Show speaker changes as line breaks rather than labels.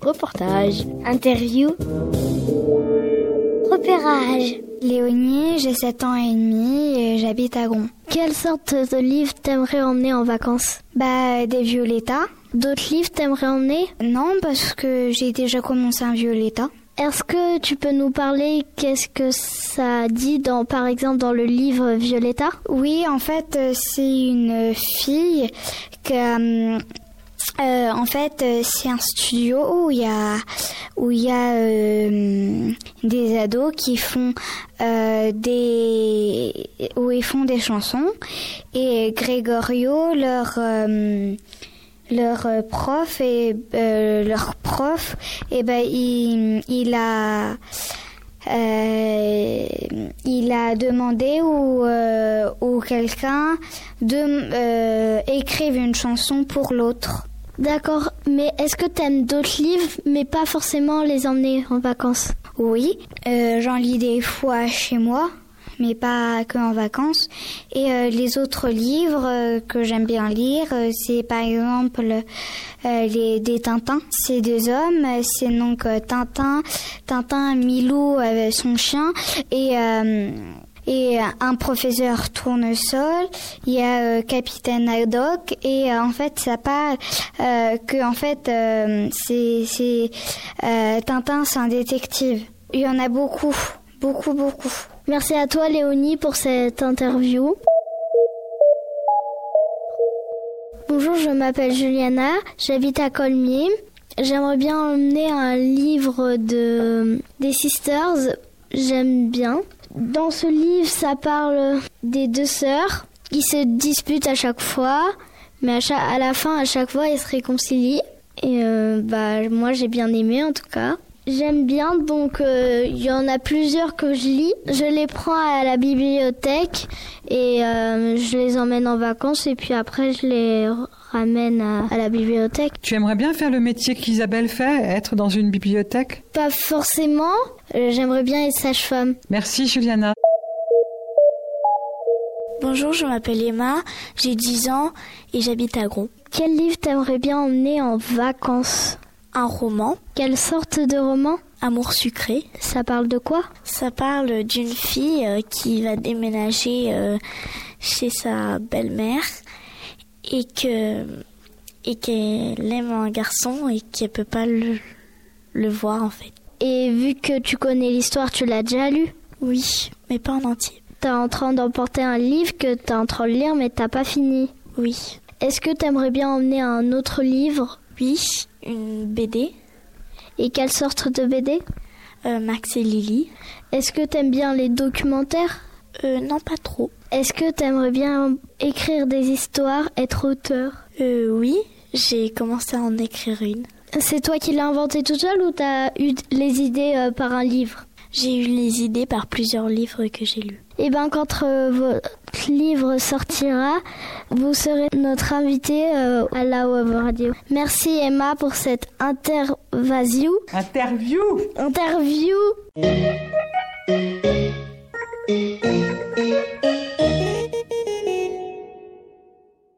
Reportage. Interview.
Repérage. Léonie, j'ai 7 ans et demi et j'habite à Gon.
Quelle sorte de livre t'aimerais emmener en vacances
Bah, des Violetta.
D'autres livres t'aimerais emmener
Non, parce que j'ai déjà commencé un Violetta.
Est-ce que tu peux nous parler qu'est-ce que ça dit dans par exemple dans le livre Violetta
Oui, en fait, euh, c'est une fille que euh, en fait, c'est un studio où il y a euh, où il y a euh, des ados qui font euh, des où ils font des chansons et Gregorio leur euh, leur euh, prof et euh, leur prof et ben il, il a euh, il a demandé ou euh, ou quelqu'un de écrive une chanson pour l'autre.
D'accord, mais est-ce que t'aimes d'autres livres, mais pas forcément les emmener en vacances
Oui, euh, j'en lis des fois chez moi, mais pas que en vacances. Et euh, les autres livres euh, que j'aime bien lire, euh, c'est par exemple euh, les des Tintins. C'est des hommes, euh, c'est donc Tintin, Tintin, Milou avec son chien et euh, et un professeur tournesol, il y a euh, capitaine Haddock et euh, en fait ça parle euh, que en fait euh, c'est c'est euh, Tintin c'est un détective. Il y en a beaucoup, beaucoup beaucoup.
Merci à toi Léonie pour cette interview. Bonjour, je m'appelle Juliana, j'habite à Colmier. J'aimerais bien emmener un livre de des Sisters. J'aime bien. Dans ce livre, ça parle des deux sœurs qui se disputent à chaque fois, mais à, chaque, à la fin, à chaque fois, elles se réconcilient. Et euh, bah, moi, j'ai bien aimé en tout cas. J'aime bien, donc il euh, y en a plusieurs que je lis. Je les prends à la bibliothèque et euh, je les emmène en vacances et puis après, je les ramène à, à la bibliothèque.
Tu aimerais bien faire le métier qu'Isabelle fait, être dans une bibliothèque
Pas forcément, Euh, J'aimerais bien être sage-femme.
Merci Juliana.
Bonjour, je m'appelle Emma, j'ai 10 ans et j'habite à Gros.
Quel livre t'aimerais bien emmener en vacances
Un roman.
Quelle sorte de roman
Amour sucré.
Ça parle de quoi
Ça parle d'une fille qui va déménager euh, chez sa belle-mère et que et qu'elle aime un garçon et qu'elle peut pas le, le voir en fait.
Et vu que tu connais l'histoire, tu l'as déjà lu
Oui, mais pas en entier.
T'es en train d'emporter un livre que t'es en train de lire mais t'as pas fini.
Oui.
Est-ce que t'aimerais bien emmener un autre livre
Oui, une BD.
Et quelle sorte de BD
euh, Max et Lily.
Est-ce que t'aimes bien les documentaires
euh, Non, pas trop.
Est-ce que t'aimerais bien écrire des histoires, être auteur
euh, Oui, j'ai commencé à en écrire une.
C'est toi qui l'as inventé toute seule ou t'as eu les idées euh, par un livre
J'ai eu les idées par plusieurs livres que j'ai lus.
Et bien quand euh, votre livre sortira, vous serez notre invité euh, à la Web Radio. Merci Emma pour cette interview.
Interview
Interview